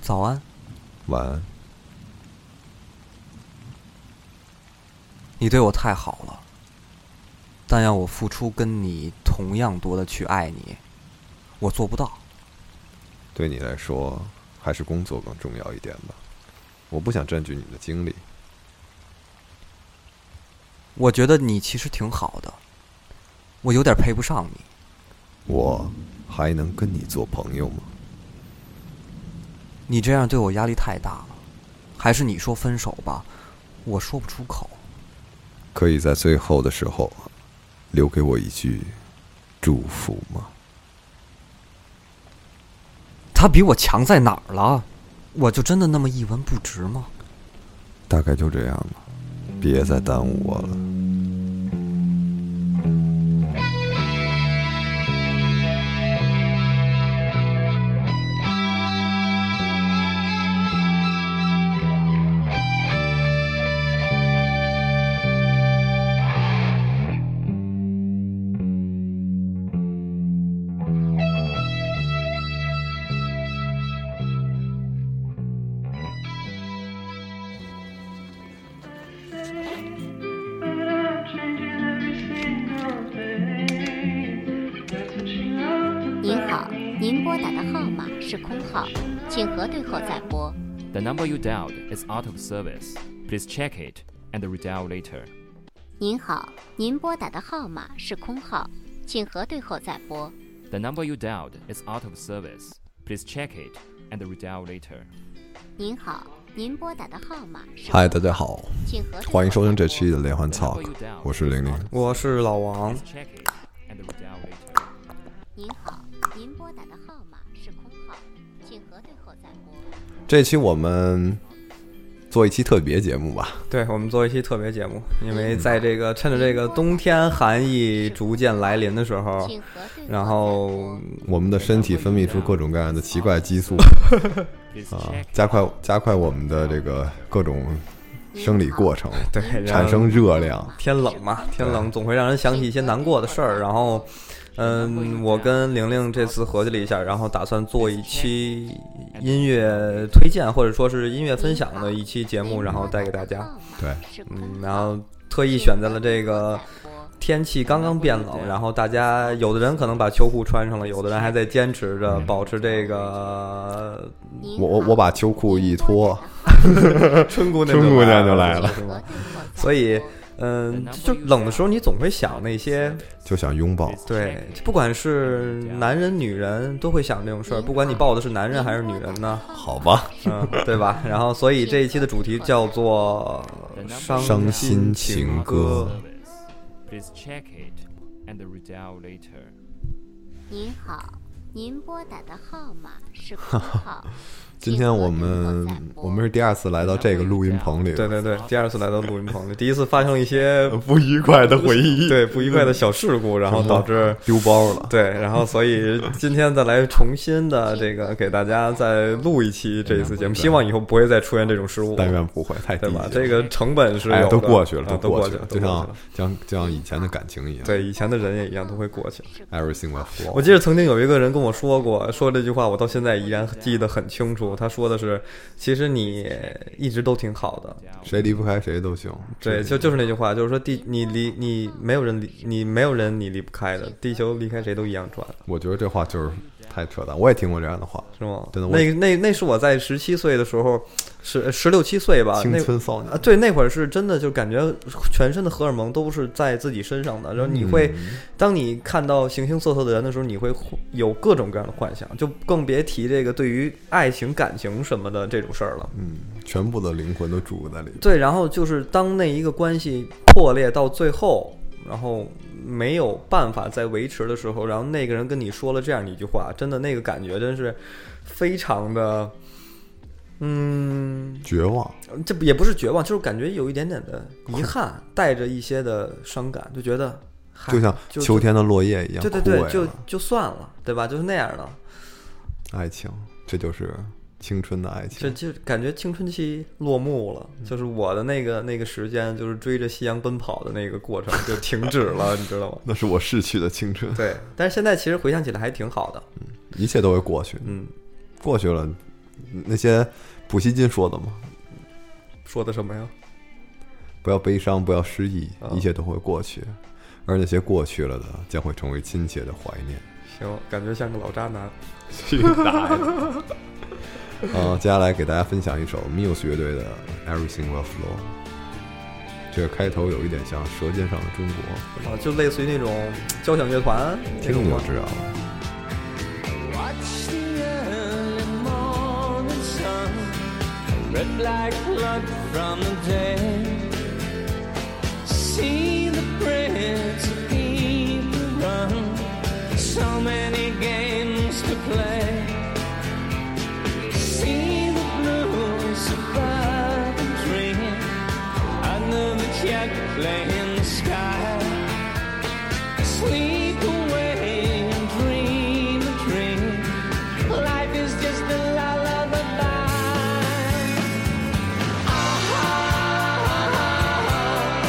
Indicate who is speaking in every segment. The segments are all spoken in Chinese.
Speaker 1: 早安，
Speaker 2: 晚安。
Speaker 1: 你对我太好了，但要我付出跟你同样多的去爱你，我做不到。
Speaker 2: 对你来说，还是工作更重要一点吧。我不想占据你的精力。
Speaker 1: 我觉得你其实挺好的，我有点配不上你。
Speaker 2: 我还能跟你做朋友吗？
Speaker 1: 你这样对我压力太大了，还是你说分手吧，我说不出口。
Speaker 2: 可以在最后的时候留给我一句祝福吗？
Speaker 1: 他比我强在哪儿了？我就真的那么一文不值吗？
Speaker 2: 大概就这样吧，别再耽误我了。
Speaker 3: 您好，您拨打的号码是空号，请核对后再拨。
Speaker 4: The number you dialed is out of service. Please check it and redial later.
Speaker 3: 您好，您拨打的号码是空号，请核对后再拨。
Speaker 4: The number you dialed is out of service. Please check it and redial later.
Speaker 3: 您好，您拨打的号码是
Speaker 2: 嗨，
Speaker 3: 空
Speaker 2: 大家好，
Speaker 3: 请核对后
Speaker 2: 欢迎收听这
Speaker 3: 再拨
Speaker 2: 期的连环
Speaker 4: The number
Speaker 2: talk，
Speaker 4: you dialed
Speaker 2: 我是
Speaker 4: is
Speaker 2: 玲
Speaker 4: out
Speaker 2: 玲
Speaker 4: of。
Speaker 1: 我是老王
Speaker 4: service.，Please check it and redial later.
Speaker 3: 您好，您拨打的号码是空号，请核对后再拨。
Speaker 2: 这期我们做一期特别节目吧，
Speaker 1: 对我们做一期特别节目，因为在这个趁着这个冬天寒意逐渐来临的时候，
Speaker 3: 请核对
Speaker 2: 哦
Speaker 3: 后再拨。
Speaker 1: 然后
Speaker 2: 我们的身体分泌出各种各样的奇怪激素
Speaker 4: Please
Speaker 2: 啊
Speaker 4: check，
Speaker 2: 加快加快我们的这个各种生理过程，
Speaker 1: 对然
Speaker 2: 产
Speaker 1: 后
Speaker 2: 生热量。
Speaker 1: 天冷嘛，天冷总会让人想起一些难过的事儿。然后，嗯，我跟玲玲这次合计了一下，然后打算做一期音乐推荐或者说是音乐分享的一期节目，然后带给大家。
Speaker 2: 对
Speaker 1: 嗯，然后特意选择了这个天气刚刚变冷，然后大家有的人可能把秋裤穿上了，有的人还在坚持
Speaker 2: 嗯
Speaker 1: 着保持这个
Speaker 3: 您好，
Speaker 2: 我我我把秋裤一脱，
Speaker 1: 春姑娘，
Speaker 2: 春姑娘就来了
Speaker 1: 是吗？所
Speaker 3: 所
Speaker 1: 以
Speaker 3: 以，
Speaker 1: 嗯，就冷的时候你总会想那些
Speaker 2: 就想拥抱。
Speaker 1: 对，不管是男人女人都会想这种事儿，不管你抱的是男人还是女人呢，
Speaker 2: 好吧，
Speaker 1: 嗯，对吧？然后，所以这一期的主题叫做
Speaker 4: The
Speaker 1: “
Speaker 4: number
Speaker 1: 伤
Speaker 2: 伤心
Speaker 1: 心情
Speaker 2: 情
Speaker 1: 歌
Speaker 2: 歌。
Speaker 4: service. Please check it and redial later.
Speaker 3: 您好，您拨打的号码是空号
Speaker 2: 今天我们我们是第二次来到这个录音棚里”。，
Speaker 1: 对对对，第二次来到录音棚里，第一次发生了一些
Speaker 2: 不愉快的回忆，
Speaker 1: 对不愉快的小事故，然后导 致。
Speaker 2: 丢包了。
Speaker 1: 对，然后所以今天再来重新的这个给大家再录一期这一次节
Speaker 2: 哎
Speaker 1: 目，希望以后不会再出现这种失误，
Speaker 2: 但愿不会太低
Speaker 1: 对
Speaker 2: 级
Speaker 1: 吧
Speaker 2: 了。？
Speaker 1: 这个成本是有
Speaker 2: 哎，
Speaker 1: 的
Speaker 2: 都过去了，
Speaker 1: 啊都
Speaker 2: 过
Speaker 1: 去
Speaker 2: 了，
Speaker 1: 都
Speaker 2: 就
Speaker 1: 过
Speaker 2: 像
Speaker 1: 去了
Speaker 2: 像就像以前的感情一样。
Speaker 1: 对以前的人也一样，都会过去。
Speaker 2: ，everything will flow。
Speaker 1: 我记得曾经有一个人跟我说过，说这句话我到现在依然记得很清楚。他说的是，其实你一直都挺好的。
Speaker 2: 谁离不开谁都行。
Speaker 1: 对，就就是那句话，就是说地你离你没有人离你没有人你离不开的，地球离开谁都一样转，
Speaker 2: 我觉得这话就是太扯淡。我也听过这样的话，
Speaker 1: 是吗？
Speaker 2: 真的我
Speaker 1: 那那那是我在十七岁的时候，十十六七岁吧，
Speaker 2: 青
Speaker 1: 那
Speaker 2: 春少年
Speaker 1: 啊，。对，那会儿是真的，就感觉全身的荷尔蒙都是在自己身上的。然后你会，当你看到形形色色的人的时候，你会幻有各种各样的幻想，就更别提这个对于爱情、感情什么的这种事儿了。
Speaker 2: 嗯，全部的灵魂都注入在里面。
Speaker 1: 对，然后就是当那一个关系破裂到最后，然后没有办法再维持的时候，然后那个人跟你说了这样一句话，真的那个感觉真是非常的，嗯，
Speaker 2: 绝望，
Speaker 1: 这不也不是绝望，就是感觉有一点点的遗憾，带着一些的伤感，就觉得嗨
Speaker 2: 就像
Speaker 1: 就
Speaker 2: 秋天的落叶一样
Speaker 1: 对
Speaker 2: 枯
Speaker 1: 对
Speaker 2: 萎
Speaker 1: 对，就
Speaker 2: 了
Speaker 1: 就算了，对吧？就是那样的，
Speaker 2: 爱情，这就是青春的爱
Speaker 1: 这
Speaker 2: 情。
Speaker 1: 就感觉青春期落幕了，
Speaker 2: 嗯
Speaker 1: 就是我的那个那个时间，就是追着夕阳奔跑的那个过程就停止了，你知道吗？
Speaker 2: 那是我逝去的青春，
Speaker 1: 对，但是现在其实回想起来还挺好的，
Speaker 2: 一切都会过去。
Speaker 1: 嗯，
Speaker 2: 过去了，那些普希金说的嘛，
Speaker 1: 说的什么呀？
Speaker 2: 不要悲伤，不要失意
Speaker 1: 啊，
Speaker 2: 一切都会过去，而那些过去了的将会成为亲切的怀念。
Speaker 1: 行，感觉像个老渣男。
Speaker 2: 去打呀！嗯，接下来给大家分享一首 Muse 乐队的《Everything Will Flow》。这个开头有一点像《舌尖上的中国
Speaker 1: 啊，就类似于那种交响乐团》，那
Speaker 2: 听
Speaker 1: 种
Speaker 2: 听就
Speaker 1: 吗？
Speaker 2: 知道了。
Speaker 5: Watch the early morning sun, red like blood from the dead. See the prince of people run, so many games to play. See the blues above the dream, under the jet playing the sky. Sleep away and dream a dream. Life is just a lullaby. Ah,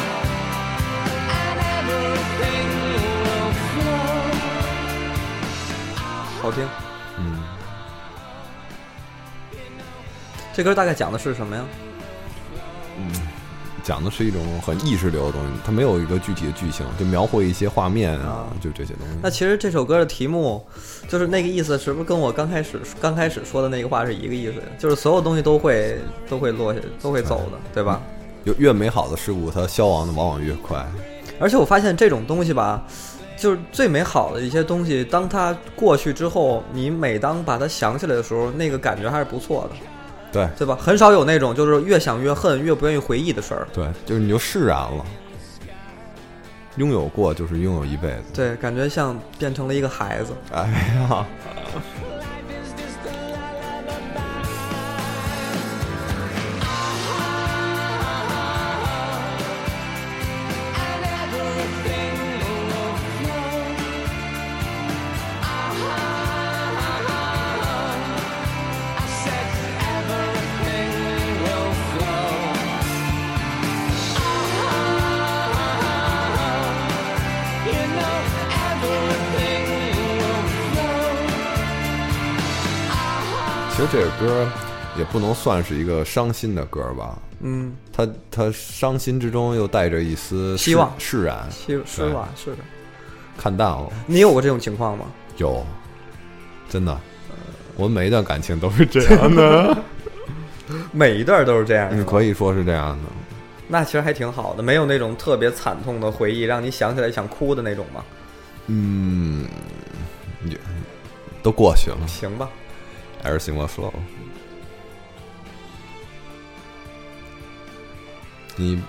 Speaker 5: and everything will flow.
Speaker 1: 好听。
Speaker 2: 嗯，
Speaker 1: 这歌大概讲的是什么呀？
Speaker 2: 讲的是一种很意识流的东西，它没有一个具体的剧情，就描绘一些画面啊，就这些东
Speaker 1: 那
Speaker 2: 西。
Speaker 1: 其实这首歌的题目，就是那个意思，是不是跟我刚开始刚开始说的那个话是一个意思？就是所有东西都会都会落下，都会走的，对吧？
Speaker 2: 就越美好的事物，它消亡的往往越快。
Speaker 1: 而且我发现这种东西吧，就是最美好的一些东西，当它过去之后，你每当把它想起来的时候，那个感觉还是不错的，
Speaker 2: 对
Speaker 1: 对吧？很少有那种就是越想越恨、越不愿意回忆的事儿。
Speaker 2: 对，就是你就释然了。拥有过就是拥有一辈子。
Speaker 1: 对，感觉像变成了一个孩子。
Speaker 2: 哎呀，
Speaker 5: Life is just a lullaby. And everything will flow. I said everything will flow. You know everything will flow.
Speaker 2: 其实这个歌也不能算是一个伤心的歌吧，
Speaker 1: 嗯，
Speaker 2: 它它伤心之中又带着一丝
Speaker 1: 希望
Speaker 2: 释释然，
Speaker 1: 是是吧？是的。
Speaker 2: 看淡了。
Speaker 1: 你有过这种情况吗？
Speaker 2: 有，真的，
Speaker 1: 呃
Speaker 2: 我每一段感情都是这样 的，
Speaker 1: 每一段都是这样
Speaker 2: 嗯，
Speaker 1: 的，
Speaker 2: 可以说是这样的。
Speaker 1: 那其实还挺好的，没有那种特别惨痛的回忆，让你想起来想哭的那种吗？
Speaker 2: 嗯，也都过去了
Speaker 1: 行吧，
Speaker 2: ，everything will flow。你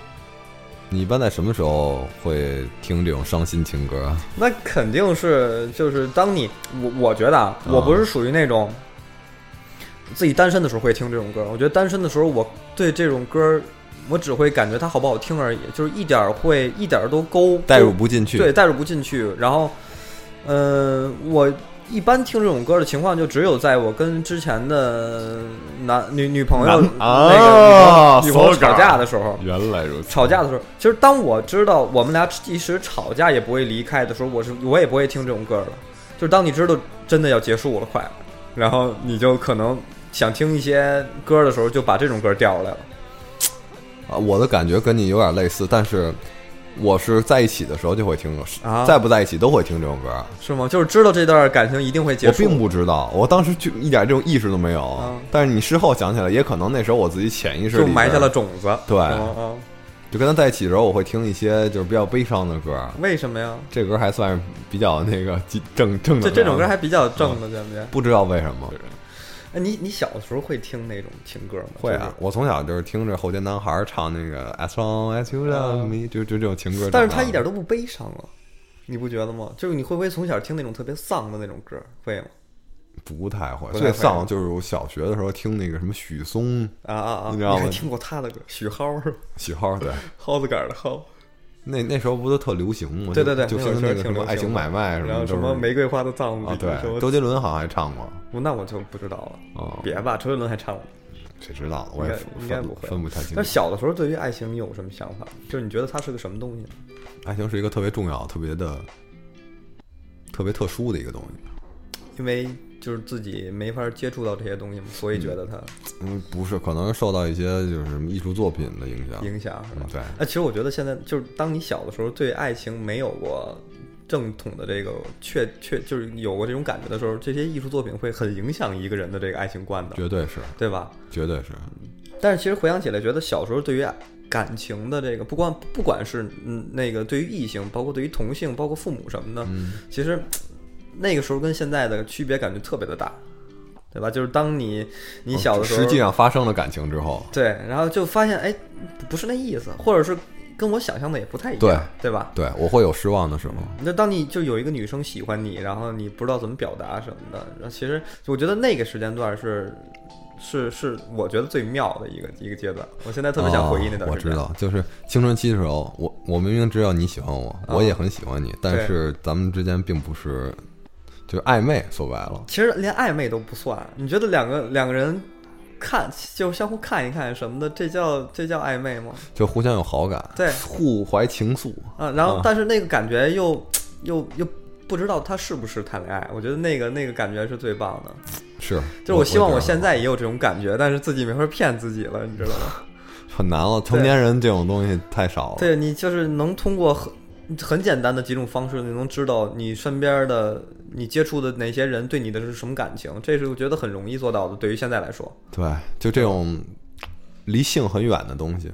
Speaker 2: 你一般在什么时候会听这种伤心情歌啊？
Speaker 1: 那肯定是就是当你我我觉得啊，我不是属于那种自己单身的时候会听这种歌，我觉得单身的时候我对这种歌。我只会感觉它好不好听而已，就是一点儿会一点儿都勾
Speaker 2: 代入不进去，
Speaker 1: 对，代入不进去。然后，嗯、我一般听这种歌的情况，就只有在我跟之前的男女女朋友
Speaker 2: 男
Speaker 1: 那个女朋友
Speaker 2: 啊
Speaker 1: 女朋友
Speaker 2: 手感
Speaker 1: 吵架的时候。
Speaker 2: 原来如此。
Speaker 1: 吵架的时候，其实当我知道我们俩即使吵架也不会离开的时候，我是我也不会听这种歌了。就是当你知道真的要结束了，快，然后你就可能想听一些歌的时候，就把这种歌调过来了。
Speaker 2: 啊，我的感觉跟你有点类似，但是我是在一起的时候就会听，
Speaker 1: 啊
Speaker 2: 在不在一起都会听这种歌。
Speaker 1: 是吗？就是知道这段感情一定会结
Speaker 2: 我
Speaker 1: 束。
Speaker 2: 并不知道，我当时就一点这种意识都没有。
Speaker 1: 啊
Speaker 2: 但是你事后想起来，也可能那时候我自己潜意识里
Speaker 1: 就
Speaker 2: 边
Speaker 1: 埋下了。种子。
Speaker 2: 对
Speaker 1: 嗯嗯
Speaker 2: 就跟他在一起的时候，我会听一些就是比较悲伤的歌。
Speaker 1: 为什么呀？
Speaker 2: 这歌还算是比较那个积正 正能
Speaker 1: 这
Speaker 2: 量。
Speaker 1: 这种歌还比较正的，感觉。
Speaker 2: 不知道为什么
Speaker 1: 哎，你你小的时候会听那种情歌吗？
Speaker 2: 会啊！我从小就是听着后街男孩唱那个 As long as you love me，就就这种情
Speaker 1: 就
Speaker 2: 歌
Speaker 1: 是。
Speaker 2: 长大的。
Speaker 1: 嗯但是他一点都不悲伤啊，你不觉得吗？就是你会不会从小听那种特别丧的那种歌？会吗？
Speaker 2: 不太会
Speaker 1: 不，太
Speaker 2: 最
Speaker 1: 会
Speaker 2: 丧就是我小学的时候听那个什么许嵩、
Speaker 1: 啊啊啊！
Speaker 2: 你
Speaker 1: 你
Speaker 2: 知道吗
Speaker 1: 还听过他的歌？许蒿是吧？
Speaker 2: 许浩， 对，
Speaker 1: 蒿子杆儿的蒿，
Speaker 2: 那那时候不都特流行吗？
Speaker 1: 对对对
Speaker 2: 就
Speaker 1: 那
Speaker 2: 就
Speaker 1: 会儿
Speaker 2: 听那
Speaker 1: 确实
Speaker 2: 个什
Speaker 1: 挺
Speaker 2: 么
Speaker 1: 流
Speaker 2: 爱
Speaker 1: 行
Speaker 2: 情
Speaker 1: 的
Speaker 2: 买卖哎什
Speaker 1: 然后
Speaker 2: 么，
Speaker 1: 什么玫瑰花的葬
Speaker 2: 啊，
Speaker 1: 礼，什
Speaker 2: 对，
Speaker 1: 么
Speaker 2: 周杰伦好像还唱过，
Speaker 1: 那我就不知道了。
Speaker 2: 哦
Speaker 1: 别吧，周杰伦还唱过。
Speaker 2: 谁知道？我也
Speaker 1: 应该应该
Speaker 2: 分
Speaker 1: 不会
Speaker 2: 分不太清
Speaker 1: 但
Speaker 2: 楚。
Speaker 1: 小的时候对于爱情你有什么想法？就是你觉得它是个什么东西？
Speaker 2: 爱情是一个特别重要、特别的、特别特殊的一个东西，
Speaker 1: 因为就是自己没法接触到这些东西嘛，所以觉得它
Speaker 2: 嗯，不是，可能受到一些就是什么艺术作品的影响。
Speaker 1: 影响是吧
Speaker 2: 嗯，？对，
Speaker 1: 那其实我觉得现在就是当你小的时候对爱情没有过正统的这个确确就是有过这种感觉的时候，这些艺术作品会很影响一个人的这个爱情观的，
Speaker 2: 绝对是，
Speaker 1: 对吧？
Speaker 2: 绝对是，
Speaker 1: 但是其实回想起来，觉得小时候对于感情的这个，不光不管是嗯那个对于异性，包括对于同性，包括父母什么的，
Speaker 2: 嗯
Speaker 1: 其实那个时候跟现在的区别感觉特别的大，对吧？就是当你你小的时候，
Speaker 2: 哦实际上发生了感情之后，
Speaker 1: 对，然后就发现哎不是那意思，或者是跟我想象的也不太一样，
Speaker 2: 对
Speaker 1: 对吧？
Speaker 2: 对我会有失望的时候。
Speaker 1: 那当你就有一个女生喜欢你，然后你不知道怎么表达什么的，然后其实我觉得那个时间段是。是是，我觉得最妙的一个一个阶段。我现在特别想回忆那段
Speaker 2: 哦我
Speaker 1: 时间。
Speaker 2: 知道，就是青春期的时候，我我明明知道你喜欢我，
Speaker 1: 啊
Speaker 2: 我也很喜欢你，但是咱们之间并不是就是暧昧，说白了，
Speaker 1: 其实连暧昧都不算。你觉得两个两个人看就相互看一看什么的，这叫这叫暧昧吗？
Speaker 2: 就互相有好感，
Speaker 1: 对
Speaker 2: 互怀情愫。
Speaker 1: 啊，然后
Speaker 2: 啊
Speaker 1: 但是那个感觉又、又又不知道他是不是谈恋爱，我觉得那个那个感觉是最棒的。
Speaker 2: 是，
Speaker 1: 就是我希望我
Speaker 2: 这样
Speaker 1: 现在也有这种感觉，但是自己没法骗自己了，你知道吗？
Speaker 2: 很难了，成年人这种东西太少了。
Speaker 1: 对你就是能通过很很简单的几种方式，你能知道你身边的你接触的哪些人对你的是什么感情，这是我觉得很容易做到的，对于现在来说。
Speaker 2: 对，就这种离性很远的东西，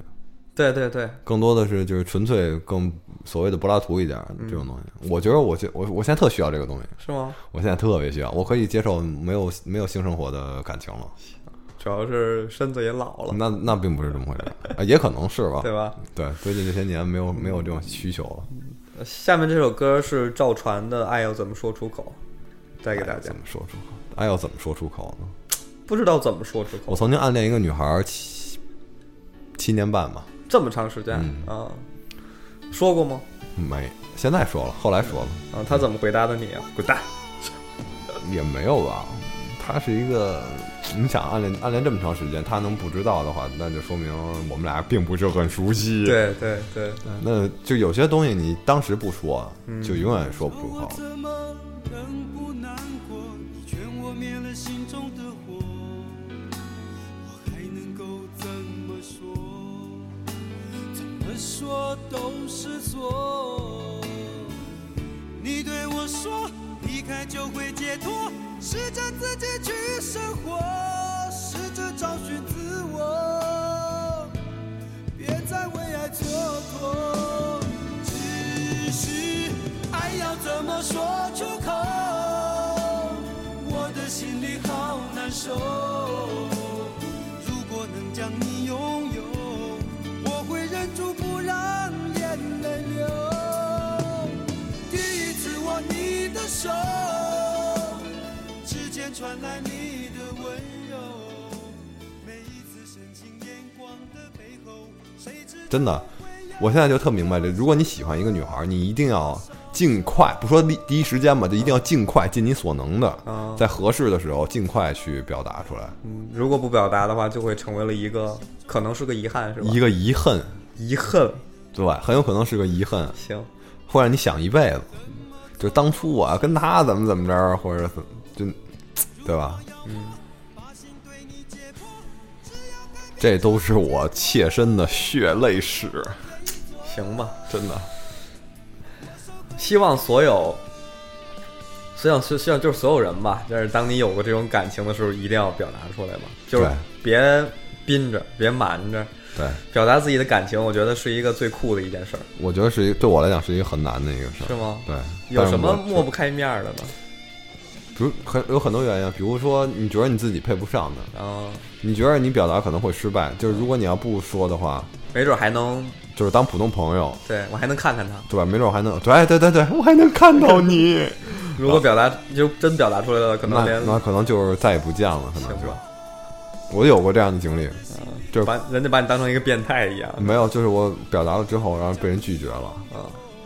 Speaker 1: 对对对，
Speaker 2: 更多的是就是纯粹更所谓的柏拉图一点儿这种东西。我觉得我现我我现在特需要这个东西，
Speaker 1: 是吗？
Speaker 2: 我现在特别需要，我可以接受没有没有性生活的感情了。
Speaker 1: 主要是身子也老了，
Speaker 2: 那那并不是这么回事儿，啊也 可能是吧
Speaker 1: 对。吧？
Speaker 2: 对，最近这些年没有没有这种需求了。
Speaker 1: 呃下面这首歌是赵传的《爱要怎么说出口》，带给大
Speaker 2: 哎
Speaker 1: 家
Speaker 2: 怎。么说出口？爱要怎么说出口呢？
Speaker 1: 不知道怎么说出
Speaker 2: 我
Speaker 1: 口，
Speaker 2: 曾经暗恋一个女孩儿七七年半吧，
Speaker 1: 这么长时间啊，说过吗？
Speaker 2: 嗯没，现在说了，后来说了。
Speaker 1: 啊，他怎么回答的你啊？滚蛋！
Speaker 2: 也没有吧，他是一个，你想暗恋暗恋这么长时间，他能不知道的话，那就说明我们俩并不是很熟悉。，
Speaker 1: 对对对，
Speaker 2: 那就有些东西你当时不说，
Speaker 1: 嗯
Speaker 2: 就永远说不出
Speaker 6: 我
Speaker 2: 口。
Speaker 6: 怎么能不难过？你劝我灭了心中的火，我还能够怎么说？怎么说都是错。你对我说，离开就会解脱，试着自己去生活，试着找寻自我。别再为爱蹉跎。只是爱要怎么说出口，我的心里好难受。如果能将你拥有，我会忍住不让眼泪流。第一次握你的手，指尖传来你的温柔，每一次深情眼光的背后，谁知道
Speaker 2: 真的，我现在就特明白这，如果你喜欢一个女孩，你一定要尽快，不说第第一时间吧，就一定要尽快，尽你所能的
Speaker 1: 啊，
Speaker 2: 在合适的时候尽快去表达出来。
Speaker 1: 嗯如果不表达的话，就会成为了一个可能是个遗憾，是吧？
Speaker 2: 一个遗恨，
Speaker 1: 遗恨，
Speaker 2: 对，很有可能是个遗恨。
Speaker 1: 行，
Speaker 2: 会让你想一辈子。就当初我跟他怎么怎么着，或者怎就，对吧？嗯，这都是我切身的血泪史，
Speaker 1: 行吧。
Speaker 2: 真的。
Speaker 1: 希望所有，希望希希望就是所有人吧，就是当你有过这种感情的时候，一定要表达出来吧，就是
Speaker 2: 对
Speaker 1: 别憋着，别瞒着，
Speaker 2: 对，
Speaker 1: 表达自己的感情，我觉得是一个最酷的一件事儿，
Speaker 2: 我觉得是一对我来讲是一个很难的一个事
Speaker 1: 是
Speaker 2: 儿。
Speaker 1: 吗？
Speaker 2: 对，
Speaker 1: 有
Speaker 2: 但是
Speaker 1: 什
Speaker 2: 我
Speaker 1: 么抹不开面儿的呢？
Speaker 2: 比如很有很多原因啊，比如说你觉得你自己配不上的，
Speaker 1: 然后
Speaker 2: 你觉得你表达可能会失败，就是如果你要不说的话，
Speaker 1: 没准还能，
Speaker 2: 就是当普通朋友，
Speaker 1: 对我还能看看他。
Speaker 2: 对吧？没准我还能，对对对对，我还能看到你。
Speaker 1: 如果表达就真表达出来了，可
Speaker 2: 嗯
Speaker 1: 能
Speaker 2: 那
Speaker 1: 连
Speaker 2: 那可能就是再也不见了，可能
Speaker 1: 行
Speaker 2: 就
Speaker 1: 吧。啊
Speaker 2: 我有过这样的经历，就是
Speaker 1: 把人家把你当成一个变态一样，
Speaker 2: 没有，就是我表达了之后，然后被人拒绝了。
Speaker 1: 嗯，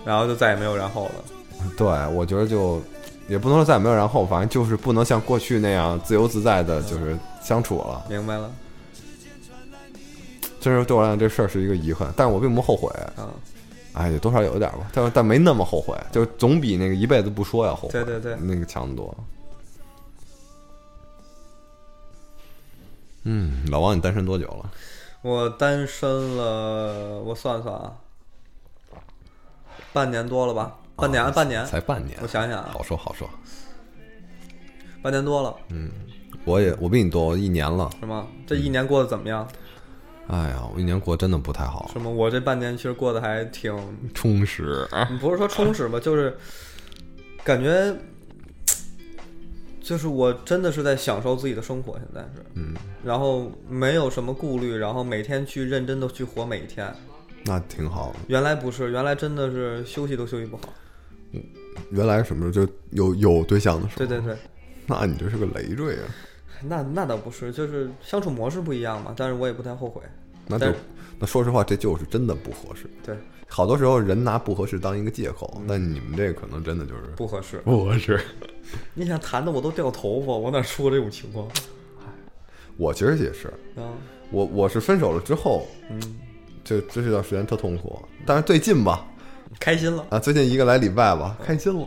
Speaker 1: 然后就再也没有然后了。
Speaker 2: 对，我觉得就也不能说再也没有然后，反正就是不能像过去那样自由自在
Speaker 1: 嗯
Speaker 2: 的，就是相处了。
Speaker 1: 明白了，
Speaker 2: 真是对我来讲，这事儿是一个遗憾，但是我并不后悔。
Speaker 1: 嗯，
Speaker 2: 哎，也多少有一点吧，但但没那么后悔，就是总比那个一辈子不说要后悔。
Speaker 1: 对对对
Speaker 2: 那个强得多。嗯，老王，你单身多久了？
Speaker 1: 我单身了，我算算啊，半年多了吧，半年，
Speaker 2: 啊
Speaker 1: 半年，
Speaker 2: 才半年。
Speaker 1: 我想想啊
Speaker 2: 好，嗯说好说，
Speaker 1: 半年多了，
Speaker 2: 我也我比你多一年了。
Speaker 1: 是吗？这一年过得怎么样？
Speaker 2: 哎呀，我一年过得真的不太好，
Speaker 1: 是吗？我这半年其实过得还挺，
Speaker 2: 充实。
Speaker 1: 不是说充 实吧，就是感觉，就是我真的是在享受自己的生活，现在是，嗯，然后没有什么顾虑，然后每天去认真的去活每一天。
Speaker 2: 那挺好的。
Speaker 1: 原来不是，原来真的是休息都休息不好。
Speaker 2: 原来什么时候就有有对象的时候？
Speaker 1: 对对对，
Speaker 2: 那你这是个累赘啊！
Speaker 1: 那那倒不是，就是相处模式不一样嘛。但是我也不太后悔。
Speaker 2: 那
Speaker 1: 但
Speaker 2: 就是那说实话，这就是真的不合适。
Speaker 1: 对，
Speaker 2: 好多时候人拿不合适当一个借口，但你们这可能真的就是
Speaker 1: 不合适。
Speaker 2: 嗯不合适。
Speaker 1: 你想弹的我都掉头发，我哪出过这种情况
Speaker 2: 我其实也是，
Speaker 1: 啊？
Speaker 2: 我我是分手了之后，嗯，就这段时间特痛苦，但是最近吧，
Speaker 1: 开心了
Speaker 2: 啊，最近一个来礼拜吧，开心了，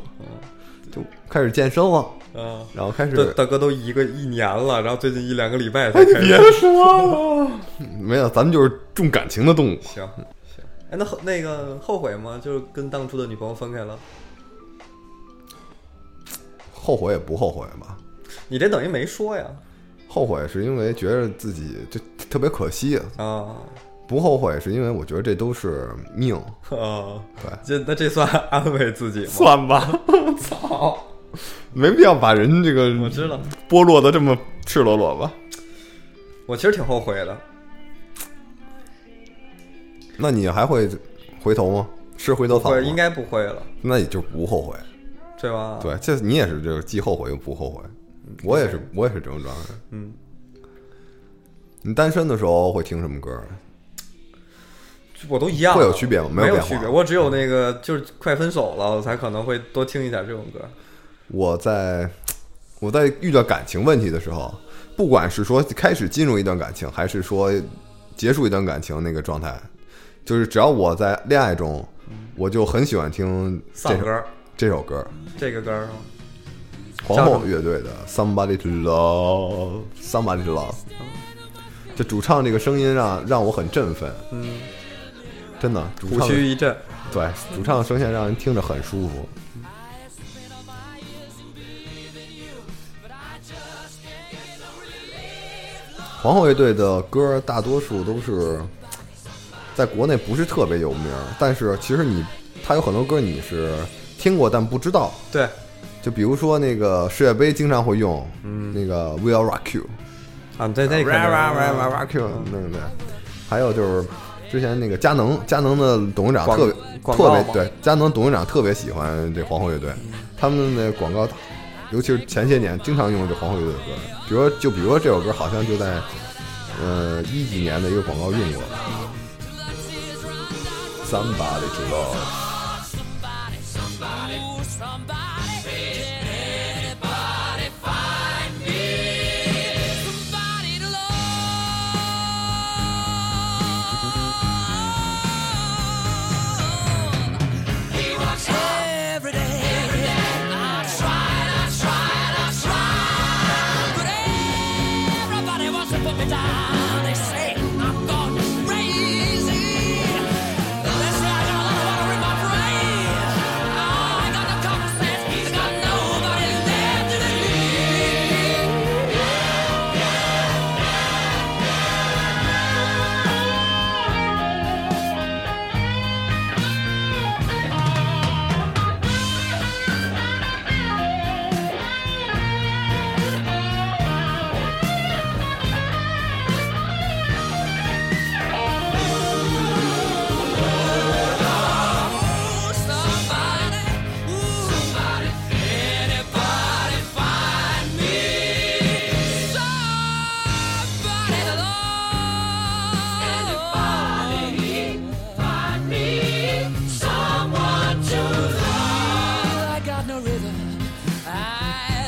Speaker 2: 就开始健身了，
Speaker 1: 啊！
Speaker 2: 然后开始
Speaker 1: 大大哥都一个一年了，然后最近一两个礼拜才
Speaker 2: 哎
Speaker 1: 开始。
Speaker 2: 说了， 没有，咱们就是重感情的动物。
Speaker 1: 行行，哎，那后那个后悔吗？就是跟当初的女朋友分开了，
Speaker 2: 后悔也不后悔吧？
Speaker 1: 你这等于没说呀？
Speaker 2: 后悔是因为觉得自己就特别可惜，
Speaker 1: 啊
Speaker 2: 不后悔是因为我觉得这都是 命。
Speaker 1: 啊，
Speaker 2: 对
Speaker 1: 这那这算安慰自己吗？
Speaker 2: 算吧，
Speaker 1: 操，
Speaker 2: 没必要把人这个
Speaker 1: 我知道，
Speaker 2: 剥落的这么赤裸裸吧？
Speaker 1: 我其实挺后悔的。
Speaker 2: 那你还会回头吗？吃回头
Speaker 1: 不
Speaker 2: 草吗？
Speaker 1: 会，应该不会了，
Speaker 2: 那你就不后悔。
Speaker 1: 对吧？，
Speaker 2: 对，这你也是，就是既后悔又不后悔。我也是，我也是这种状态。
Speaker 1: 嗯，
Speaker 2: 你单身的时候会听什么歌？
Speaker 1: 我都一样啊。
Speaker 2: 会有区别吗没
Speaker 1: 没
Speaker 2: 有变化
Speaker 1: 区别，我只有那个就是快分手了，我才可能会多听一点这种歌。
Speaker 2: 我在我在遇到感情问题的时候，不管是说开始进入一段感情，还是说结束一段感情那个状态，就是只要我在恋爱中，我就很喜欢听这
Speaker 1: 丧
Speaker 2: 首
Speaker 1: 歌，
Speaker 2: 这首歌，
Speaker 1: 这个歌儿吗？
Speaker 2: 皇后乐队的《Somebody to Love》，Somebody to Love，这
Speaker 1: 嗯
Speaker 2: 主唱这个声音让让我很振奋，
Speaker 1: 嗯，
Speaker 2: 真的，主
Speaker 1: 虎
Speaker 2: 唱
Speaker 1: 躯一震。
Speaker 2: 对主唱的声线让人听着很舒服。皇后乐队的歌大多数都是在国内不是特别有名儿，但是其实你它有很多歌你是听过但不知道，
Speaker 1: 对，
Speaker 2: 就比如说那个世界杯经常会用，嗯，那个 We'll Rock You，
Speaker 1: 啊，对，那
Speaker 2: Rock
Speaker 1: 个可能
Speaker 2: Rock Rock You，那个对，还有就是之前那个佳能，佳能的董事长
Speaker 1: 广
Speaker 2: 特别
Speaker 1: 广
Speaker 2: 特
Speaker 1: 告
Speaker 2: 别
Speaker 1: 吗
Speaker 2: 对，佳能董事长特别喜欢这皇后乐队，他们的广告，尤其是前些年经常用这皇后乐队的歌，比如说就比如说这首歌好像就在呃一几年的一个广告用过，Somebody to Love。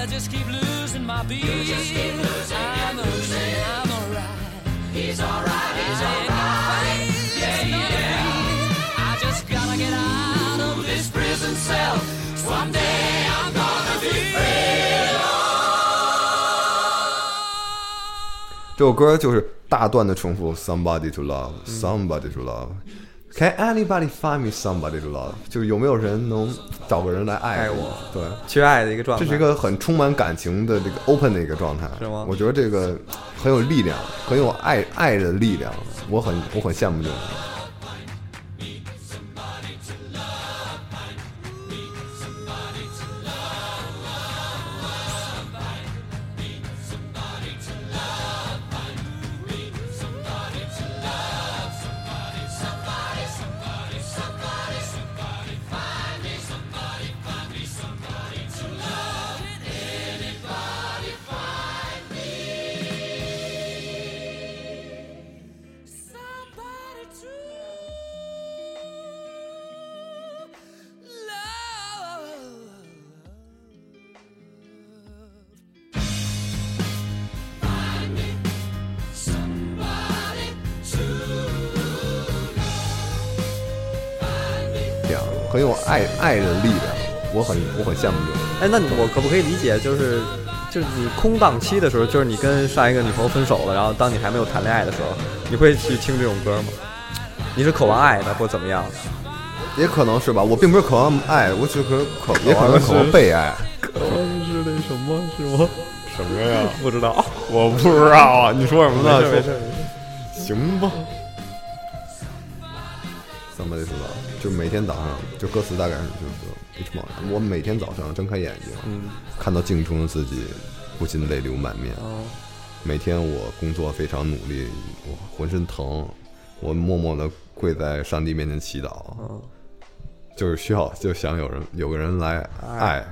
Speaker 6: Just keep losing my beat. just keep losing, I'm losing, I'm alright. He's alright, he's alright. Yeah, yeah. I just gotta get out of this prison cell. Someday I'm gonna be free.
Speaker 2: 这首歌就是大段的重复 “somebody to love, somebody to love”。Can anybody find me somebody to love？就是有没有人能找个人来爱
Speaker 1: 爱我？
Speaker 2: 对，
Speaker 1: 缺爱的一个状态。
Speaker 2: 这是一个很充满感情的这个 open 的一个状态，
Speaker 1: 是吗
Speaker 2: 我觉得这个很有力量，很有爱爱的力量，我很我很羡慕这种。
Speaker 6: somebody to love.
Speaker 2: 这样很有爱爱的力量，我很我很羡慕这种。
Speaker 1: 哎，那你我可不可以理解，就是就是你空档期的时候，就是你跟上一个女朋友分手了，然后当你还没有谈恋爱的时候，你会去听这种歌吗？你是渴望爱的，或怎么样？
Speaker 2: 也可能是吧，我并不是渴望爱，我只是渴渴也可能渴望被爱。
Speaker 7: 什么呀？不知道，我不知道啊！你说什么呢？说行吧，
Speaker 2: somebody to love，就是每天早上，就歌词大概是就是说 H 梦，我每天早上睁开眼睛，
Speaker 1: 嗯，
Speaker 2: 看到镜中的自己，不禁泪流满面。
Speaker 1: 哦，
Speaker 2: 每天我工作非常努力，我浑身疼，我默默的跪在上帝面前祈祷，
Speaker 1: 嗯，
Speaker 2: 就是需要就想有人有个人来爱，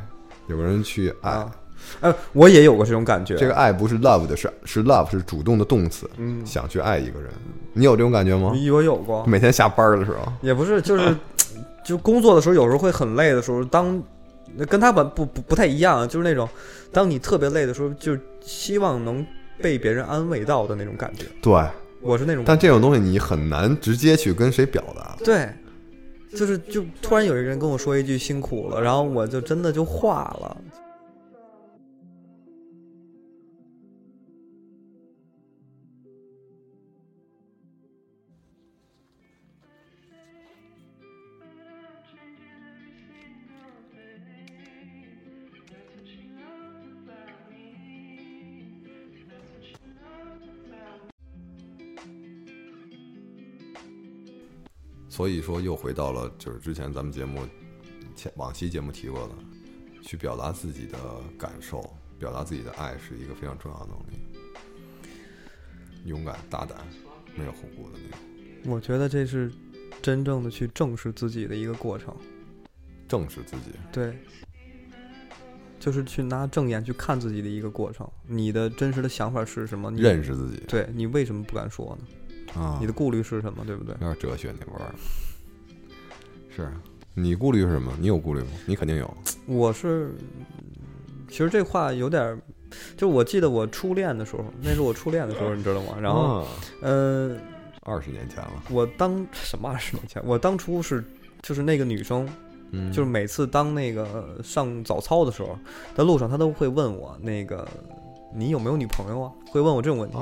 Speaker 2: 有个人去爱
Speaker 1: 哎啊。哎，我也有过这种感觉。
Speaker 2: 这个爱不是 love 的，是是 love 是主动的动词，想去爱一个人。你有这种感觉吗？
Speaker 1: 我嗯有过，
Speaker 2: 每天下班的时候，
Speaker 1: 也不是，就是就工作的时候，有时候会很累的时候，当跟他本不不不太一样，啊就是那种当你特别累的时候，就希望能被别人安慰到的那种感觉。
Speaker 2: 对。
Speaker 1: 我是那种，
Speaker 2: 但这种东西你很难直接去跟谁表达。
Speaker 1: 对，就是就突然有一个人跟我说一句辛苦了，然后我就真的就化了。
Speaker 2: 所以说，又回到了就是之前咱们节目前往期节目提过的，去表达自己的感受，表达自己的爱是一个非常重要的能力。勇敢、大胆，没有后顾的那种，
Speaker 1: 我觉得这是真正的去正视自己的一个过程，
Speaker 2: 正视自己。
Speaker 1: 对，就是去拿正眼去看自己的一个过程。你的真实的想法是什么？你
Speaker 2: 认识自己
Speaker 1: 对你为什么不敢说呢？
Speaker 2: 啊，嗯
Speaker 1: 你的顾虑是什么？对不对？
Speaker 2: 有点哲学那味儿。是你顾虑是什么？你有顾虑吗？你肯定有。
Speaker 1: 我是，其实这话有点儿，就我记得我初恋的时候，那是我初恋的时候，你知道吗？然后，嗯、
Speaker 2: 二十年前了，
Speaker 1: 我当什么二十年前，我当初是就是那个女生，
Speaker 2: 嗯
Speaker 1: 就是每次当那个呃上早操的时候，在路上她都会问我那个你有没有女朋友啊？会问我这种问题。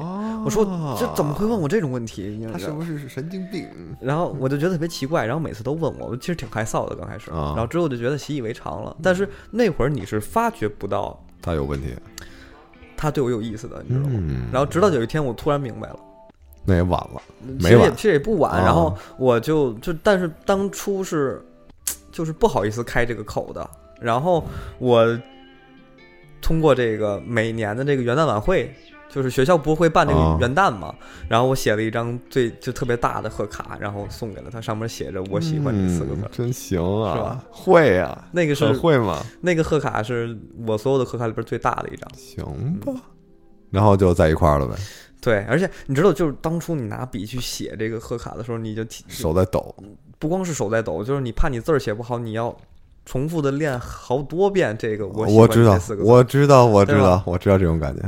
Speaker 1: 我说这怎么会问我这种问题？你知道
Speaker 2: 哦他是不是神经病？
Speaker 1: 然后我就觉得特别奇怪，然后每次都问我，我其实挺害臊的，刚开始，
Speaker 2: 啊
Speaker 1: 然后之后就觉得习以为常了。但是那会儿你是发觉不到
Speaker 2: 他有问题，
Speaker 1: 他对我有意思的，你知道吗？
Speaker 2: 嗯
Speaker 1: 然后直到有一天我突然明白了，
Speaker 2: 那也晚了，
Speaker 1: 其
Speaker 2: 没
Speaker 1: 实也
Speaker 2: 晚
Speaker 1: 其。实也不晚，
Speaker 2: 啊
Speaker 1: 然后我就就但是当初是就是不好意思开这个口的，然后我通过这个每年的这个元旦晚会。就是学校不会办这
Speaker 2: 啊
Speaker 1: 个元旦嘛，然后我写了一张最就特别大的贺卡，然后送给了他，上面写着“我喜欢你”四个字儿
Speaker 2: 嗯。真行
Speaker 1: 是
Speaker 2: 啊
Speaker 1: 吧，
Speaker 2: 会啊，
Speaker 1: 那个是
Speaker 2: 很会吗？
Speaker 1: 那个贺卡是我所有的贺卡里边最大的一张。
Speaker 2: 行吧，然后就在一块儿了呗，
Speaker 1: 对，而且你知道，就是当初你拿笔去写这个贺卡的时候，你就提
Speaker 2: 手在抖，
Speaker 1: 不光是手在抖，就是你怕你字儿写不好，你要重复的练好多遍这个我喜
Speaker 2: 呃我
Speaker 1: 欢
Speaker 2: 知
Speaker 1: 这
Speaker 2: 道
Speaker 1: 四，个字。
Speaker 2: 我知道，我知
Speaker 1: 对
Speaker 2: 道
Speaker 1: 吧，
Speaker 2: 我知道这种感觉。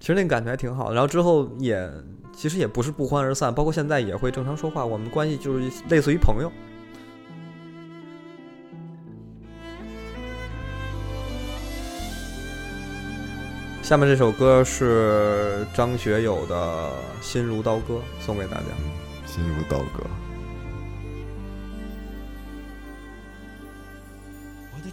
Speaker 1: 其实那个感觉还挺好。然后之后也其实也不是不欢而散，包括现在也会正常说话，我们关系就是类似于朋友。下面这首歌是张学友的《心如刀割》，送给大家。
Speaker 2: 心如刀割。
Speaker 8: 我的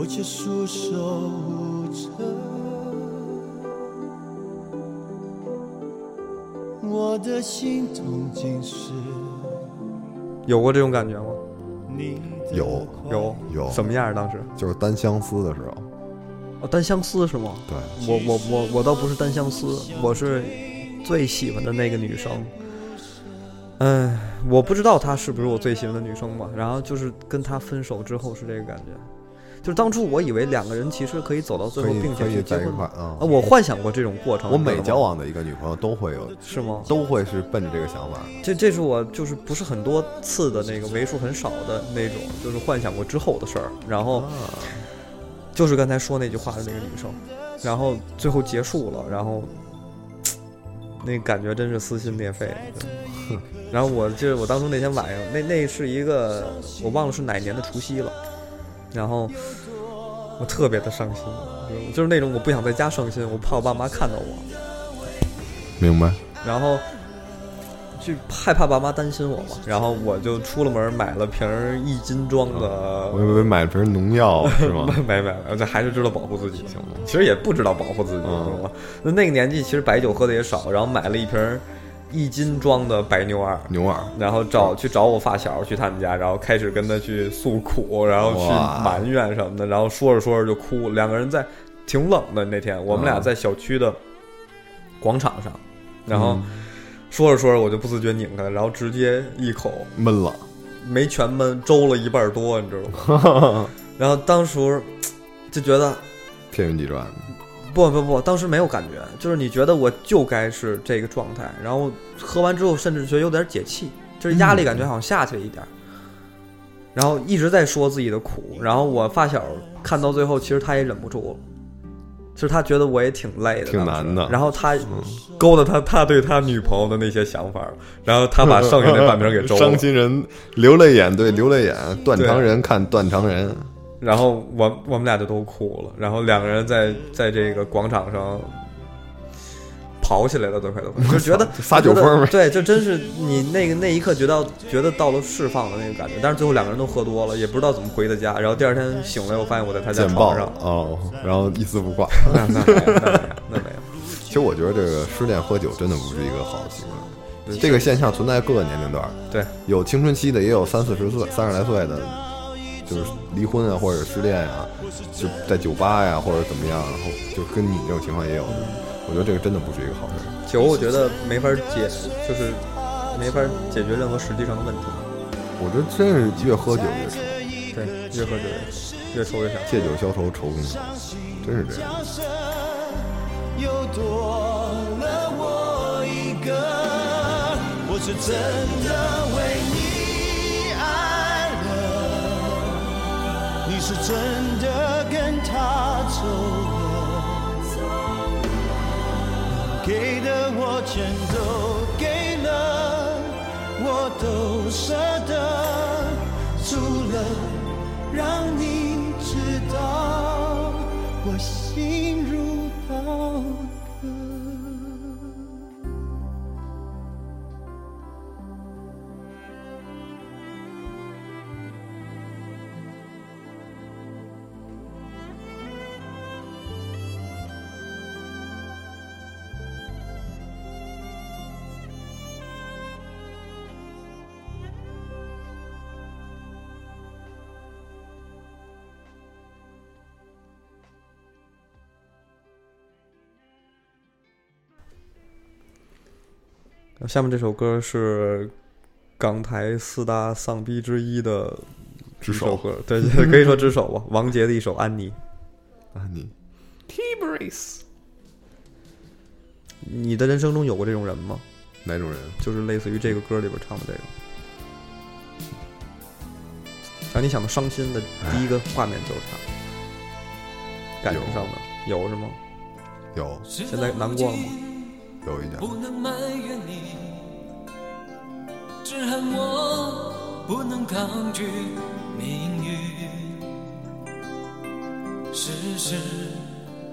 Speaker 8: 我却束手无策。我的心痛竟是
Speaker 1: 有过这种感觉吗？
Speaker 8: 你的
Speaker 2: 有
Speaker 8: 快
Speaker 1: 有
Speaker 2: 有
Speaker 1: 怎么样？当时
Speaker 2: 就是单相思的时候，
Speaker 1: 哦，单相思是吗？
Speaker 2: 对，
Speaker 1: 我我我我倒不是单相思，我是最喜欢的那个女生。嗯，我不知道她是不是我最喜欢的女生吧。然后就是跟她分手之后是这个感觉，就是当初我以为两个人其实可以走到最
Speaker 2: 可
Speaker 1: 后，
Speaker 2: 以
Speaker 1: 并
Speaker 2: 可
Speaker 1: 且
Speaker 2: 以
Speaker 1: 去结
Speaker 2: 在一
Speaker 1: 婚
Speaker 2: 块
Speaker 1: 啊，
Speaker 2: 啊。嗯
Speaker 1: 我幻想过这种过程。
Speaker 2: 我
Speaker 1: 你知道
Speaker 2: 每
Speaker 1: 吗
Speaker 2: 交往的一个女朋友都会有，
Speaker 1: 是吗？
Speaker 2: 都会是奔着这个想法。
Speaker 1: 这这是我就是不是很多次的那个为数很少的那种，就是幻想过之后的事儿。然后就是刚才说那句话的那个女生，然后最后结束了，然后那感觉真是撕心裂肺。 然后我就是我当初那天晚上，那那是一个我忘了是哪年的除夕了，然后我特别的伤心，就是就是那种我不想在家伤心，我怕我爸妈看到我。
Speaker 2: 明白。
Speaker 1: 然后就害怕爸妈担心我嘛，然后我就出了门买了瓶儿一斤装的，
Speaker 2: 我以为买了瓶农药是 吗？
Speaker 1: 没没没，这还是知道保护自己行吗？其实也不知道保护自己，
Speaker 2: 嗯
Speaker 1: 懂吗？那那个年纪其实白酒喝的也少，然后买了一瓶儿一斤装的白牛二。
Speaker 2: 牛耳。
Speaker 1: 然后找
Speaker 2: 嗯
Speaker 1: 去找我发小去他们家，然后开始跟他去诉苦，然后去
Speaker 2: 哇
Speaker 1: 埋怨什么的，然后说着说着就哭。两个人在挺冷的那天，我们俩
Speaker 2: 嗯
Speaker 1: 在小区的广场上，然
Speaker 2: 嗯
Speaker 1: 后说着说着我就不自觉拧开了，然后直接一口
Speaker 2: 闷了，
Speaker 1: 没全闷，粥了一半儿多，你知道吗？ 然后当时就觉得
Speaker 2: 天旋地转。
Speaker 1: 不不不，当时没有感觉，就是你觉得我就该是这个状态，然后喝完之后甚至觉得有点解气，就是压力感
Speaker 2: 嗯
Speaker 1: 觉好像下去了一点儿，然后一直在说自己的苦，然后我发小看到最后，其实他也忍不住了。就是他觉得我也挺累的，
Speaker 2: 挺
Speaker 1: 当时
Speaker 2: 难的嗯
Speaker 1: 然后他勾搭他他对他女朋友的那些想法，然后他把剩下那 半瓶给周了
Speaker 2: 伤。心人流泪眼，对流泪眼，断肠人看断肠人，
Speaker 1: 然后我我们俩就都哭了，然后两个人在在这个广场上跑起来了，都快都就 觉得
Speaker 2: 撒酒疯儿呗
Speaker 1: 觉得对，就真是你那个那一刻觉得觉得到了释放的那个感觉，但是最后两个人都喝多了，也不知道怎么回的家，然后第二天醒来，我发现我在他家
Speaker 2: 简报
Speaker 1: 床 上，
Speaker 2: 哦，然后一丝不挂。
Speaker 1: 那那没有那没有那没有，
Speaker 2: 其实我觉得这个失恋喝酒真的不是一个好的习惯，这个现象存在各个年龄段儿，
Speaker 1: 对，
Speaker 2: 有青春期的，也有三四十岁、三十来岁的，就是离婚啊，或者失恋啊，就在酒吧呀、或者怎么样，然后就跟你这种情况也有的。我觉得这个真的不是一个好事儿。
Speaker 1: 酒我觉得没法解，就是没法解决任何实际上的问题，
Speaker 2: 我觉得真是越喝酒越愁，
Speaker 1: 对，越喝酒越越抽越少。
Speaker 2: 借酒消愁愁更愁，真是这样。
Speaker 8: 又多了我一个，我是真的为你爱了，你是真的跟他走了，能给的我全都给了，我都舍得，除了。让你知道我心如刀割。
Speaker 1: 下面这首歌是港台四大丧逼之一的
Speaker 2: 之
Speaker 1: 一
Speaker 2: 首
Speaker 1: 首歌，对，对可以说之首吧。王杰的一首《安妮》，
Speaker 2: 啊，你
Speaker 1: 你的人生中有过这种人吗？
Speaker 2: 哪种人？
Speaker 1: 就是类似于这个歌里边唱的这个，让你想到伤心的
Speaker 2: 哎
Speaker 1: 第一个画面就是他，感觉上的有是吗？
Speaker 2: 有
Speaker 1: 现在难过了吗？
Speaker 2: 有一点，
Speaker 6: 不能埋怨你，只恨我不能抗拒命运，时时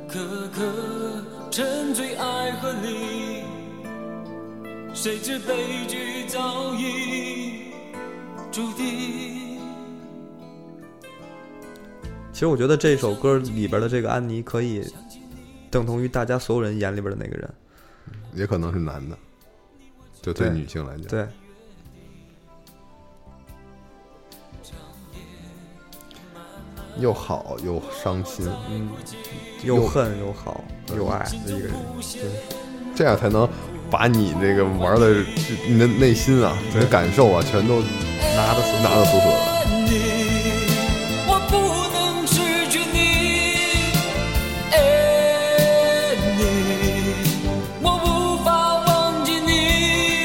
Speaker 6: 刻刻沉醉爱河里，谁知悲剧早已注定。
Speaker 1: 其实我觉得这首歌里边的这个安妮可以等同于大家所有人眼里边的那个人，
Speaker 2: 也可能是男的，就对
Speaker 1: 对
Speaker 2: 女性来讲，
Speaker 1: 对，
Speaker 2: 又好又伤心，
Speaker 1: 嗯，又恨又好又爱的一个人，
Speaker 2: 这样才能把你这个玩的你的内心啊，你的感受啊，全都拿得拿得死死的。
Speaker 6: 你，我不能失去你，爱你，我无法忘记你。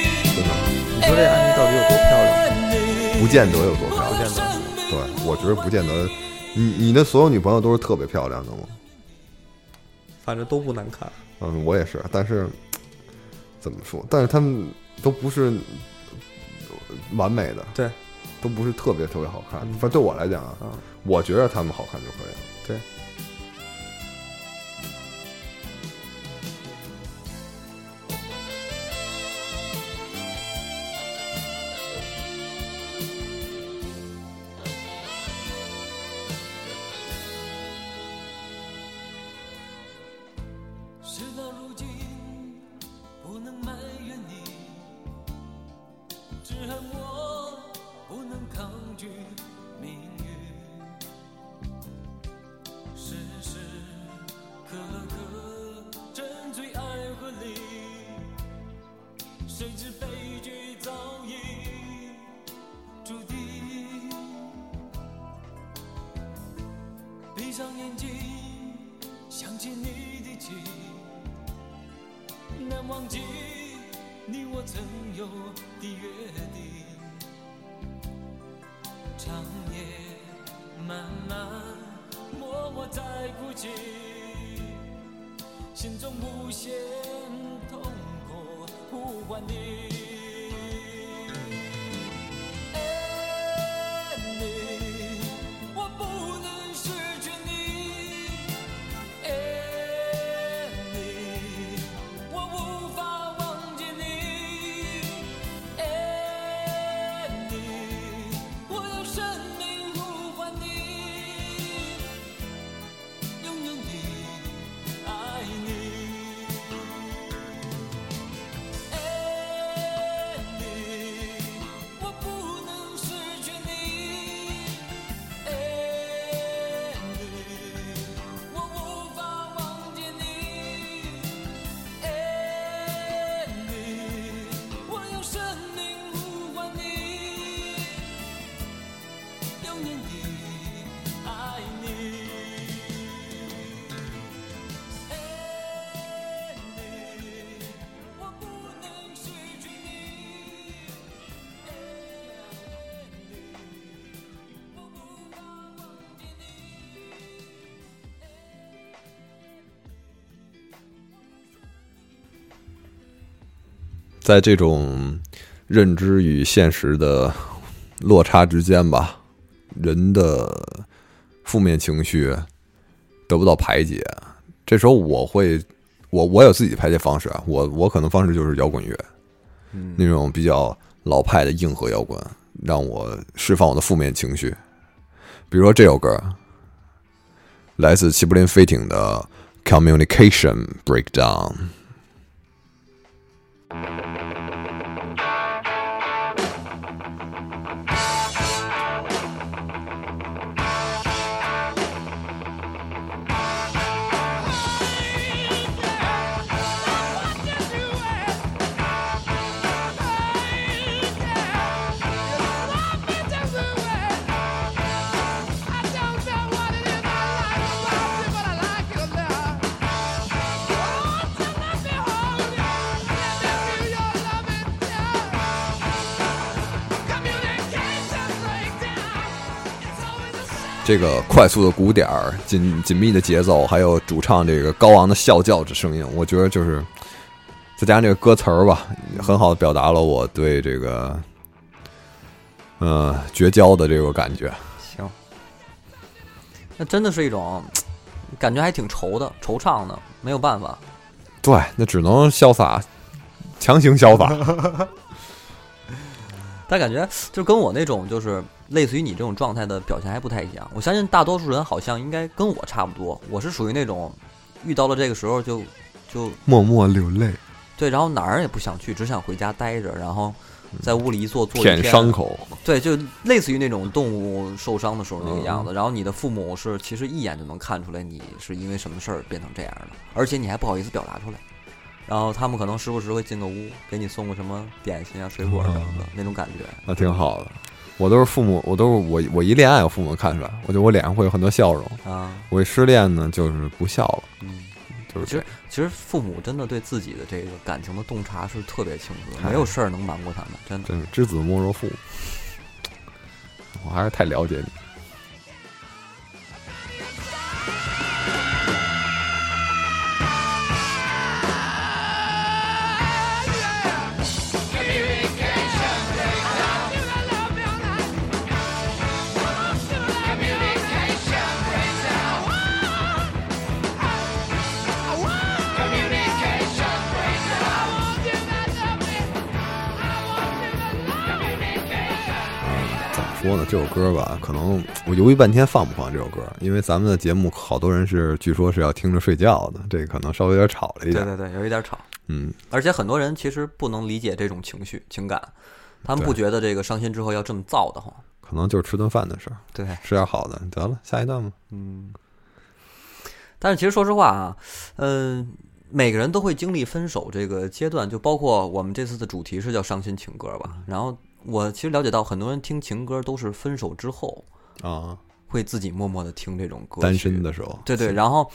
Speaker 6: 哎
Speaker 2: 真的，
Speaker 1: 哎你说这安妮到底有多漂亮？
Speaker 2: 不见得有多漂亮。
Speaker 1: 见得
Speaker 2: 对，我觉得不见得，你你的所有女朋友都是特别漂亮的吗？
Speaker 1: 反正都不难看。
Speaker 2: 嗯，我也是，但是怎么说？但是她们都不是完美的，
Speaker 1: 对，
Speaker 2: 都不是特别特别好看。
Speaker 1: 嗯
Speaker 2: 反正对我来讲啊，
Speaker 1: 嗯
Speaker 2: 我觉得她们好看就可以了。
Speaker 1: 对，
Speaker 6: 事到如今，不能埋怨你，只恨我不能抗拒命运，时时刻刻沉醉爱河里，谁知悲剧早已注定，闭上眼睛。想起你的情，难忘记你我曾有的约定。长夜漫漫，默默在哭泣，心中无限痛苦呼唤你。爱你，我不能失去你。爱你，我无法忘记你。爱你，我用生命呼唤你，拥有你，爱你。爱你，我不能失去你。爱你，我无法忘记你。爱你，我用生命呼唤你，永远地爱你。爱你，我不能失去你。爱你。我无法忘记你。
Speaker 2: 在这种认知与现实的落差之间吧，人的负面情绪得不到排解。这时候我会，我我有自己的排解方式啊，我我可能方式就是摇滚乐，那种比较老派的硬核摇滚，让我释放我的负面情绪。比如说这首歌，来自齐柏林飞艇的《Communication Breakdown》。
Speaker 9: I
Speaker 2: 这个快速的鼓点儿、紧紧密的节奏，还有主唱这个高昂的笑叫之声音，我觉得就是再加上这个歌词儿吧，很好的表达了我对这个呃绝交的这个感觉。
Speaker 9: 行，那真的是一种感觉还挺愁的、惆怅的，没有办法。
Speaker 2: 对，那只能潇洒，强行潇 洒。
Speaker 9: 但感觉就跟我那种就是类似于你这种状态的表现还不太一样。我相信大多数人好像应该跟我差不多，我是属于那种遇到了这个时候就就
Speaker 2: 默默流泪，
Speaker 9: 对，然后哪儿也不想去，只想回家待着，然后在屋里一坐坐一
Speaker 2: 舔
Speaker 9: 天。
Speaker 2: 伤口，
Speaker 9: 对，就类似于那种动物受伤的时候那个样子。然后你的父母是其实一眼就能看出来你是因为什么事儿变成这样的，而且你还不好意思表达出来。然后他们可能时不时会进个屋，给你送个什么点心啊、水果什么的那种感觉。
Speaker 2: 那挺好的。我都是父母，我都是我我一恋爱，我父母看出来，我觉得我脸上会有很多笑容。
Speaker 9: 啊，
Speaker 2: 我一失恋呢，就是不笑了，
Speaker 9: 嗯，
Speaker 2: 就是
Speaker 9: 其
Speaker 2: 这
Speaker 9: 实其实父母真的对自己的这个感情的洞察是特别清楚的，
Speaker 2: 嗨
Speaker 9: 没有事儿能瞒过他们，真的。
Speaker 2: 真是知子莫若父母。我还是太了解你。怎么说呢？这首歌吧，可能我犹豫半天放不放这首歌，因为咱们的节目好多人是据说是要听着睡觉的，这可能稍微有点吵了一
Speaker 9: 对
Speaker 2: 点。
Speaker 9: 对对，有一点吵，
Speaker 2: 嗯，
Speaker 9: 而且很多人其实不能理解这种情绪情感，他们
Speaker 2: 对
Speaker 9: 不觉得这个伤心之后要这么燥的慌。
Speaker 2: 可能就是吃顿饭的事儿，
Speaker 9: 对，
Speaker 2: 吃点好的。得了，下一段吧。
Speaker 9: 嗯，但是其实说实话啊，嗯、每个人都会经历分手这个阶段，就包括我们这次的主题是叫伤心情歌吧。然后我其实了解到，很多人听情歌都是分手之后
Speaker 2: 啊，
Speaker 9: 会自己默默的听这种歌曲，
Speaker 2: 单身的时候，
Speaker 9: 对对，然后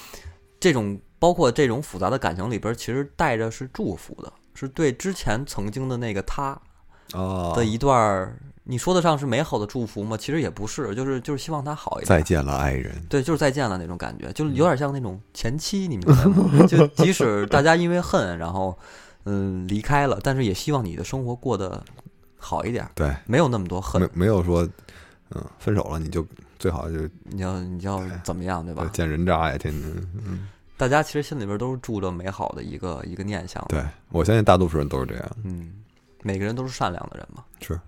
Speaker 9: 这种包括这种复杂的感情里边，其实带着是祝福的，是对之前曾经的那个他
Speaker 2: 啊，
Speaker 9: 的一段儿，你说得上是美好的祝福吗？其实也不是，就是就是希望他好一点。啊
Speaker 2: 再见了，爱人。
Speaker 9: 对，就是再见了那种感觉，就是
Speaker 2: 嗯
Speaker 9: 有点像那种前妻，你明白吗？ 就即使大家因为恨，然后嗯离开了，但是也希望你的生活过得好一点，
Speaker 2: 对，
Speaker 9: 没有那么多恨
Speaker 2: 没。没有说，嗯，分手了你就最好就
Speaker 9: 你要你要怎么样，对吧？
Speaker 2: 见人渣呀，天天。
Speaker 9: 大家其实心里边都是住着美好的一个一个念想的。
Speaker 2: 对，我相信大多数人都是这样。
Speaker 9: 嗯，每个人都是善良的人嘛。
Speaker 2: 是，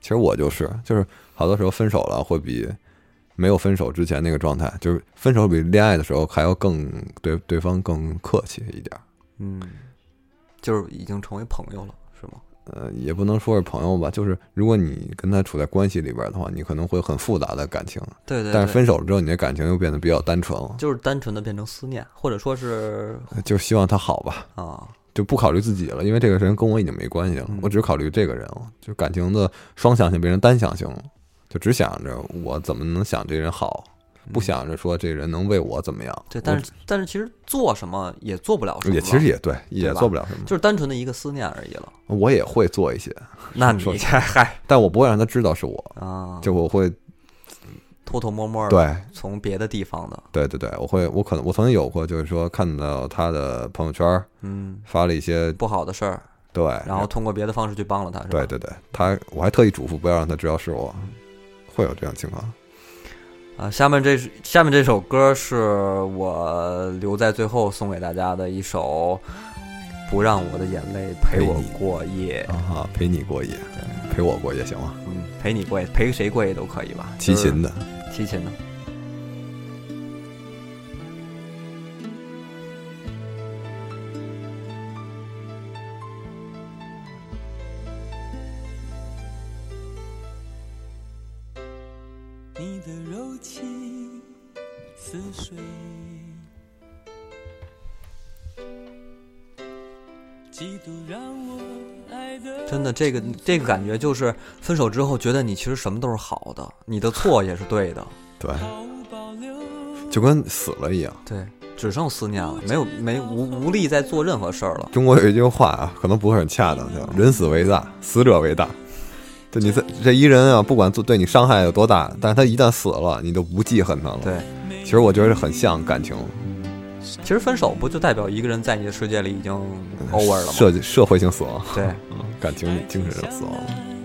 Speaker 2: 其实我就是，就是好多时候分手了会比没有分手之前那个状态，就是分手比恋爱的时候还要更对对方更客气一点儿。
Speaker 9: 嗯，就是已经成为朋友了，是吗？
Speaker 2: 呃，也不能说是朋友吧，就是如果你跟他处在关系里边儿的话，你可能会很复杂的感情，
Speaker 9: 对对对。
Speaker 2: 但是分手了之后，你的感情又变得比较单纯了，
Speaker 9: 就是单纯的变成思念，或者说是
Speaker 2: 就希望他好吧，
Speaker 9: 啊，
Speaker 2: 就不考虑自己了，因为这个人跟我已经没关系了，
Speaker 9: 嗯
Speaker 2: 我只考虑这个人了，就感情的双向性变成单向性了，就只想着我怎么能想这人好，不想着说这人能为我怎么样。
Speaker 9: 嗯对，但是但是其实做什么也做不了什么了，
Speaker 2: 我也其实也对，也
Speaker 9: 吧
Speaker 2: 做不了什么
Speaker 9: 就。是单纯的一个思念而已了。
Speaker 2: 我也会做一些，
Speaker 9: 那你
Speaker 2: 说
Speaker 9: 这嗨
Speaker 2: 但我不会让他知道是我，
Speaker 9: 啊，
Speaker 2: 就我会
Speaker 9: 偷偷摸摸的，
Speaker 2: 对
Speaker 9: 从别的地方的，
Speaker 2: 对对对，我会我可能我曾经有过，就是说看到他的朋友圈
Speaker 9: 嗯，
Speaker 2: 发了一些
Speaker 9: 不好的事儿，
Speaker 2: 对，
Speaker 9: 然后通过别的方式去帮了他，是吧？
Speaker 2: 哎对对对，他我还特意嘱咐不要让他知道是我，
Speaker 9: 嗯
Speaker 2: 会有这样情况。
Speaker 9: 啊，下面这下面这首歌是我留在最后送给大家的一首《不让我的眼泪陪我过夜
Speaker 2: 啊，陪你过夜，陪我过夜行吗》？，
Speaker 9: 嗯，陪你过夜，陪谁过夜都可以吧？
Speaker 2: 齐秦
Speaker 9: 的，
Speaker 2: 的，
Speaker 9: 齐秦的，
Speaker 6: 你的柔情似水，几度让我爱的
Speaker 9: 真的，这个这个感觉就是分手之后，觉得你其实什么都是好的，你的错也是对的，
Speaker 2: 对，
Speaker 6: 毫无保留。
Speaker 2: 就跟死了一样。
Speaker 9: 对，只剩思念了，没有没无无力再做任何事儿了。
Speaker 2: 中国有一句话啊，可能不会很恰当，叫“人死为大，死者为大”。对你这这一人啊，不管做对你伤害有多大，但是他一旦死了，你就不记恨他了。
Speaker 9: 对，
Speaker 2: 其实我觉得很像感情
Speaker 9: 其实分手不就代表一个人在你的世界里已经 over 了吗？
Speaker 2: 社社会性死亡，
Speaker 9: 对，
Speaker 2: 感情精神上死亡。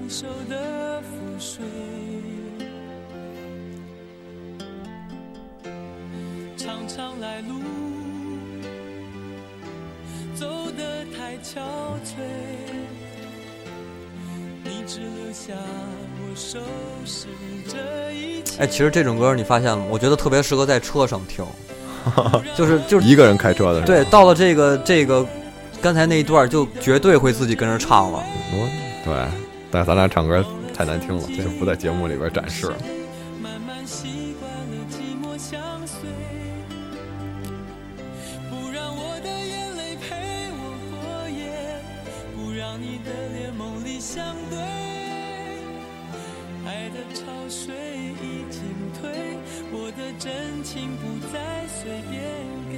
Speaker 6: 受的覆水，常常来路走得太憔悴，你只留下我收拾这一切。
Speaker 9: 哎，其实这种歌你发现了吗，我觉得特别适合在车上听，就是就是
Speaker 2: 一个人开车的时候，
Speaker 9: 对，到了这个这个刚才那一段，就绝对会自己跟着唱了。
Speaker 2: 我对，但是咱俩唱歌太难听了，就不在节目里边展示了。
Speaker 6: 慢慢习惯了寂寞相随，不让我的眼泪陪我过夜，不让你的脸梦里相对。爱的潮水已经退，我的真情不再随便给。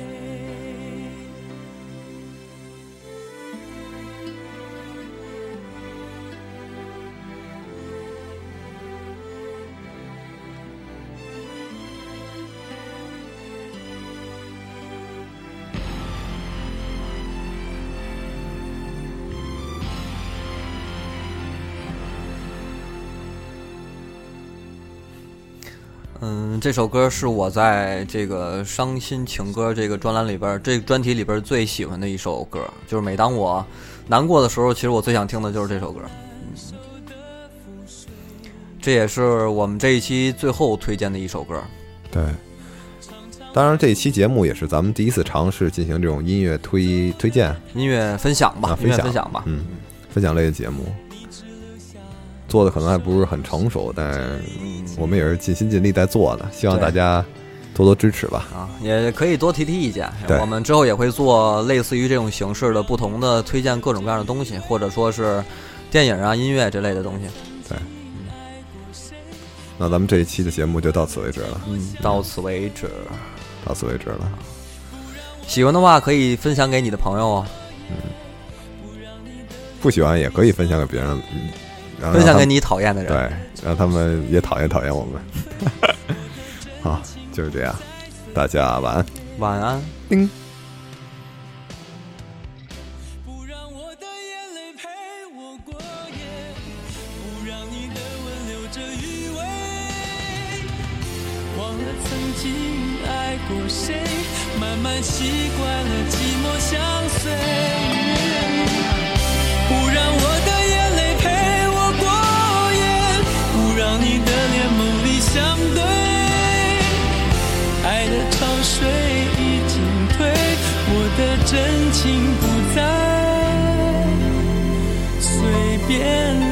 Speaker 9: 嗯，这首歌是我在这个伤心情歌这个专栏里边儿，这个专题里边儿最喜欢的一首歌。就是每当我难过的时候，其实我最想听的就是这首歌。嗯，这也是我们这一期最后推荐的一首歌。
Speaker 2: 对，当然这一期节目也是咱们第一次尝试进行这种音乐推推荐
Speaker 9: 音乐分享吧，
Speaker 2: 啊，
Speaker 9: 音乐
Speaker 2: 分享
Speaker 9: 分享吧。
Speaker 2: 嗯，分享类的节目，做的可能还不是很成熟，但
Speaker 9: 嗯
Speaker 2: 我们也是尽心尽力在做的，希望
Speaker 9: 对
Speaker 2: 大家多多支持吧。
Speaker 9: 啊，也可以多提提意见。
Speaker 2: 对
Speaker 9: 我们之后也会做类似于这种形式的不同的推荐，各种各样的东西，或者说是电影啊、音乐之类的东西。
Speaker 2: 那咱们这一期的节目就到此为止了，
Speaker 9: 嗯，到此为止。
Speaker 2: 到此为止了。
Speaker 9: 喜欢的话可以分享给你的朋友啊，
Speaker 2: 不喜欢也可以分享给别人，嗯然后
Speaker 9: 分
Speaker 2: 让
Speaker 9: 享
Speaker 2: 他
Speaker 9: 给
Speaker 2: 们
Speaker 9: 你讨厌的人。
Speaker 2: 对，让他们也讨厌讨厌我们。 好，就是这样，大家晚安。
Speaker 9: 晚安。
Speaker 6: 不让我的眼泪陪我过夜，不让你的吻留着余味。忘了曾经爱过谁，慢慢习惯了寂寞相随。不让我的眼泪陪我过夜，不让你的脸梦里相对。爱的潮水已经退，我的真情不再随便